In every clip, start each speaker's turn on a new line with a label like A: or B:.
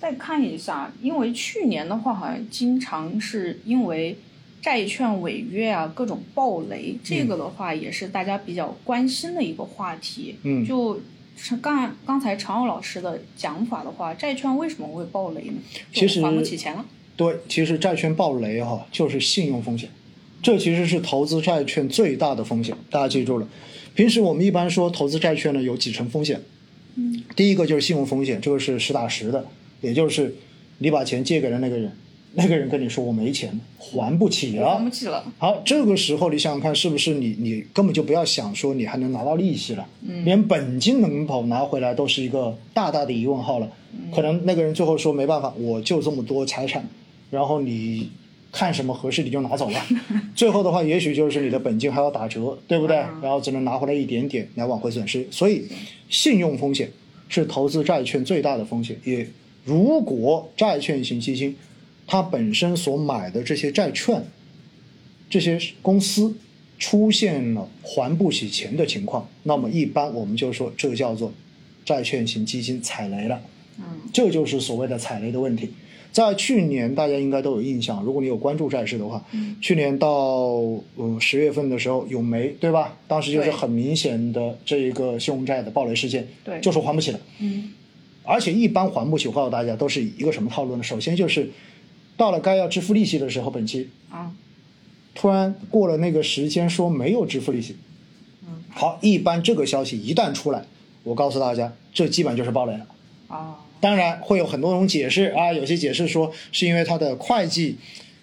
A: 再看一下，因为去年的话，好像经常是因为债券违约啊，各种暴
B: 嗯
A: 雷，这个的话也是大家比较关心的一个话题。
B: 嗯
A: 就是刚刚才常傲老师的讲法的话，债券为什么会暴雷呢？就
B: 其实
A: 还不起钱了。
B: 对，其实债券暴雷哈、就是信用风险，这其实是投资债券最大的风险，大家记住了。平时我们一般说投资债券呢有几层风险，
A: 嗯，
B: 第一个就是信用风险，这个是实打实的，也就是你把钱借给了那个人，那个人跟你说我没钱，还不起
A: 还
B: 了
A: 不。起了。
B: 好，这个时候你想想看，是不是你你根本就不要想说你还能拿到利息了，
A: 嗯
B: 连本金能否拿回来都是一个大大的疑问号了。可能那个人最后说没办法，我就这么多财产，然后你看什么合适你就拿走了。最后的话，也许就是你的本金还要打折，对不对？
A: 嗯
B: 然后只能拿回来一点点来挽回损失。所以，信用风险是投资债券最大的风险。也如果债券型基金它本身所买的这些债券，这些公司出现了还不起钱的情况，那么一般我们就说这叫做债券型基金踩雷了。
A: 嗯
B: 这就是所谓的踩雷的问题。在去年，大家应该都有印象，如果你有关注债市的话，
A: 嗯
B: 去年到呃十月份的时候，永煤对吧？当时就是
A: 对
B: 很明显的这一个信用债的暴雷事件，
A: 对
B: 就是还不起了。
A: 嗯
B: 而且一般还不起，我告诉大家都是一个什么套路呢？首先就是到了该要支付利息的时候，本期
A: 啊
B: 突然过了那个时间说没有支付利息，
A: 嗯
B: 好，一般这个消息一旦出来，我告诉大家，这基本就是暴雷了。
A: 啊
B: 当然会有很多种解释啊，有些解释说是因为他的会计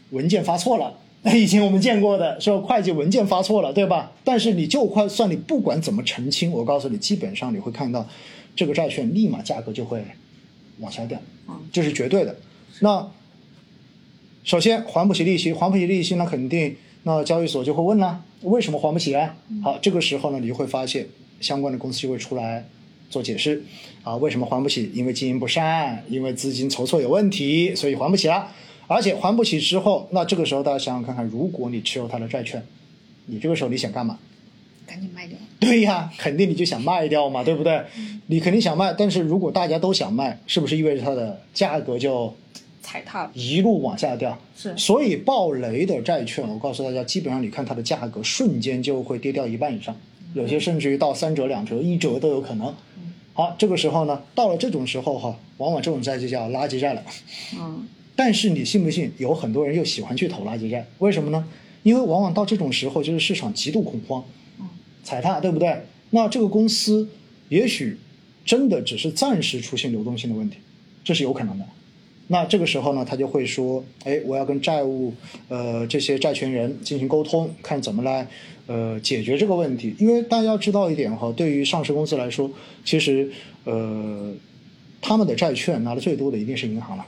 B: 文件发错了。以前我们见过的，说会计文件发错了，对吧？但是你就快算，你不管怎么澄清，我告诉你，基本上你会看到这个债券立马价格就会往下掉，
A: 嗯
B: 这是绝对的。那首先还不起利息，还不起利息，那肯定那交易所就会问啦，为什么还不起啊？好，这个时候呢，你就会发现相关的公司就会出来做解释啊，为什么还不起？因为经营不善，因为资金筹措有问题，所以还不起啦。而且还不起之后，那这个时候大家想想看看，如果你持有他的债券，你这个时候你想干嘛？
A: 赶紧卖掉。
B: 对呀，肯定你就想卖掉嘛，对不对？你肯定想卖，但是如果大家都想卖，是不是意味着它的价格就
A: 踩踏了
B: 一路往下掉？
A: 是
B: 所以暴雷的债券，我告诉大家，基本上你看它的价格瞬间就会跌掉一半以上，有些甚至于到三折、两折、一折都有可能。好，这个时候呢，到了这种时候哈，往往这种债就叫垃圾债了。
A: 嗯
B: 但是你信不信，有很多人又喜欢去投垃圾债，为什么呢？因为往往到这种时候，就是市场极度恐慌，
A: 嗯
B: 踩踏，对不对？那这个公司也许真的只是暂时出现流动性的问题，这是有可能的。那这个时候呢，他就会说，哎，我要跟债务呃这些债权人进行沟通，看怎么来呃解决这个问题。因为大家要知道一点哈，对于上市公司来说，其实呃他们的债券拿的最多的一定是银行了。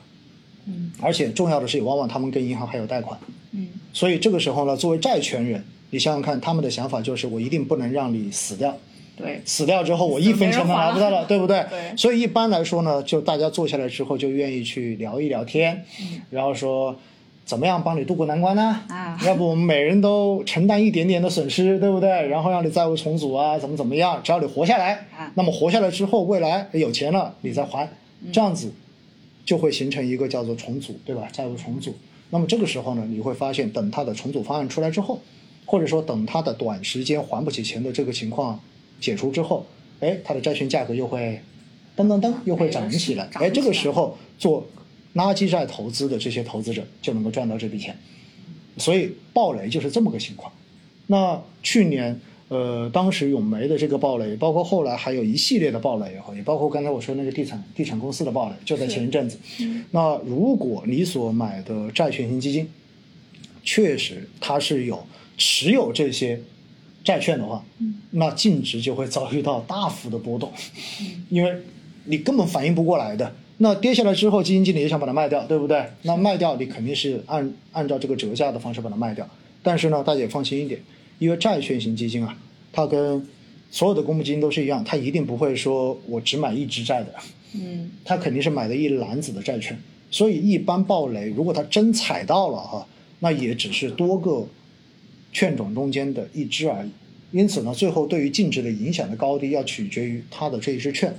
A: 嗯
B: 而且重要的是，往往他们跟银行还有贷款，
A: 嗯
B: 所以这个时候呢，作为债权人，你想想看，他们的想法就是我一定不能让你死掉，
A: 对
B: 死掉之后我一分钱都拿不到了，对不对？
A: 对
B: 所以一般来说呢，就大家坐下来之后就愿意去聊一聊天，
A: 嗯
B: 然后说怎么样帮你渡过难关呢？
A: 啊
B: 要不我们每人都承担一点点的损失，对不对？然后让你债务重组啊，怎么怎么样？只要你活下来，
A: 啊嗯
B: 那么活下来之后，未来有钱了你再还，这样子就会形成一个叫做重组，对吧？债务重组。那么这个时候呢，你会发现，等它的重组方案出来之后，或者说等它的短时间还不起钱的这个情况解除之后，哎，它的债券价格又会噔噔噔又会涨起来。
A: 涨
B: 哎，这个
A: 起来
B: 时候做垃圾债投资的这些投资者就能够赚到这笔钱。所以暴雷就是这么个情况。那去年，呃，当时永煤的这个暴雷，包括后来还有一系列的暴雷，也包括刚才我说那个地产地产公司的暴雷，就在前一阵子。那如果你所买的债券型基金，确实它是有持有这些债券的话，那净值就会遭遇到大幅的波动，因为你根本反应不过来的。那跌下来之后，基金经理也想把它卖掉，对不对？那卖掉你肯定是按按照这个折价的方式把它卖掉。但是呢，大家也放心一点，因为债券型基金啊，它跟所有的公募基金都是一样，它一定不会说我只买一只债的，
A: 嗯
B: 他肯定是买了一篮子的债券，所以一般暴雷，如果他真踩到了哈、那也只是多个券种中间的一只而已。因此呢，最后对于净值的影响的高低，要取决于他的这一只券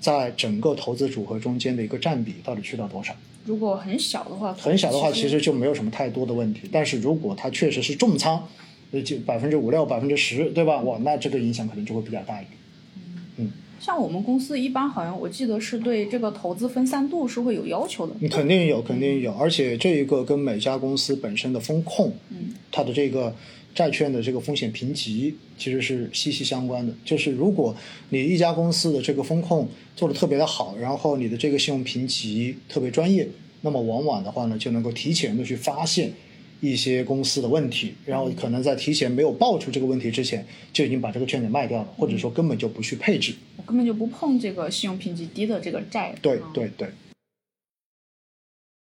B: 在整个投资组合中间的一个占比到底去到多少。
A: 如果很小的话，
B: 很小的话，其实就没有什么太多的问题。但是如果它确实是重仓，呃，就百分之五六、百分之十，对吧？哇，那这个影响可能就会比较大一点。
A: 像我们公司一般好像我记得是对这个投资分散度是会有要求的。
B: 你嗯肯定有，肯定有，而且这一个跟每家公司本身的风控，
A: 嗯，
B: 它的这个债券的这个风险评级其实是息息相关的。就是如果你一家公司的这个风控做得特别的好，然后你的这个信用评级特别专业，那么往往的话呢，就能够提前的去发现一些公司的问题，然后可能在提前没有爆出这个问题之前，就已经把这个券给卖掉了，或者说根本就不去配置。
A: 我根本就不碰这个信用评级低的这个债。
B: 对
A: 啊
B: 对对，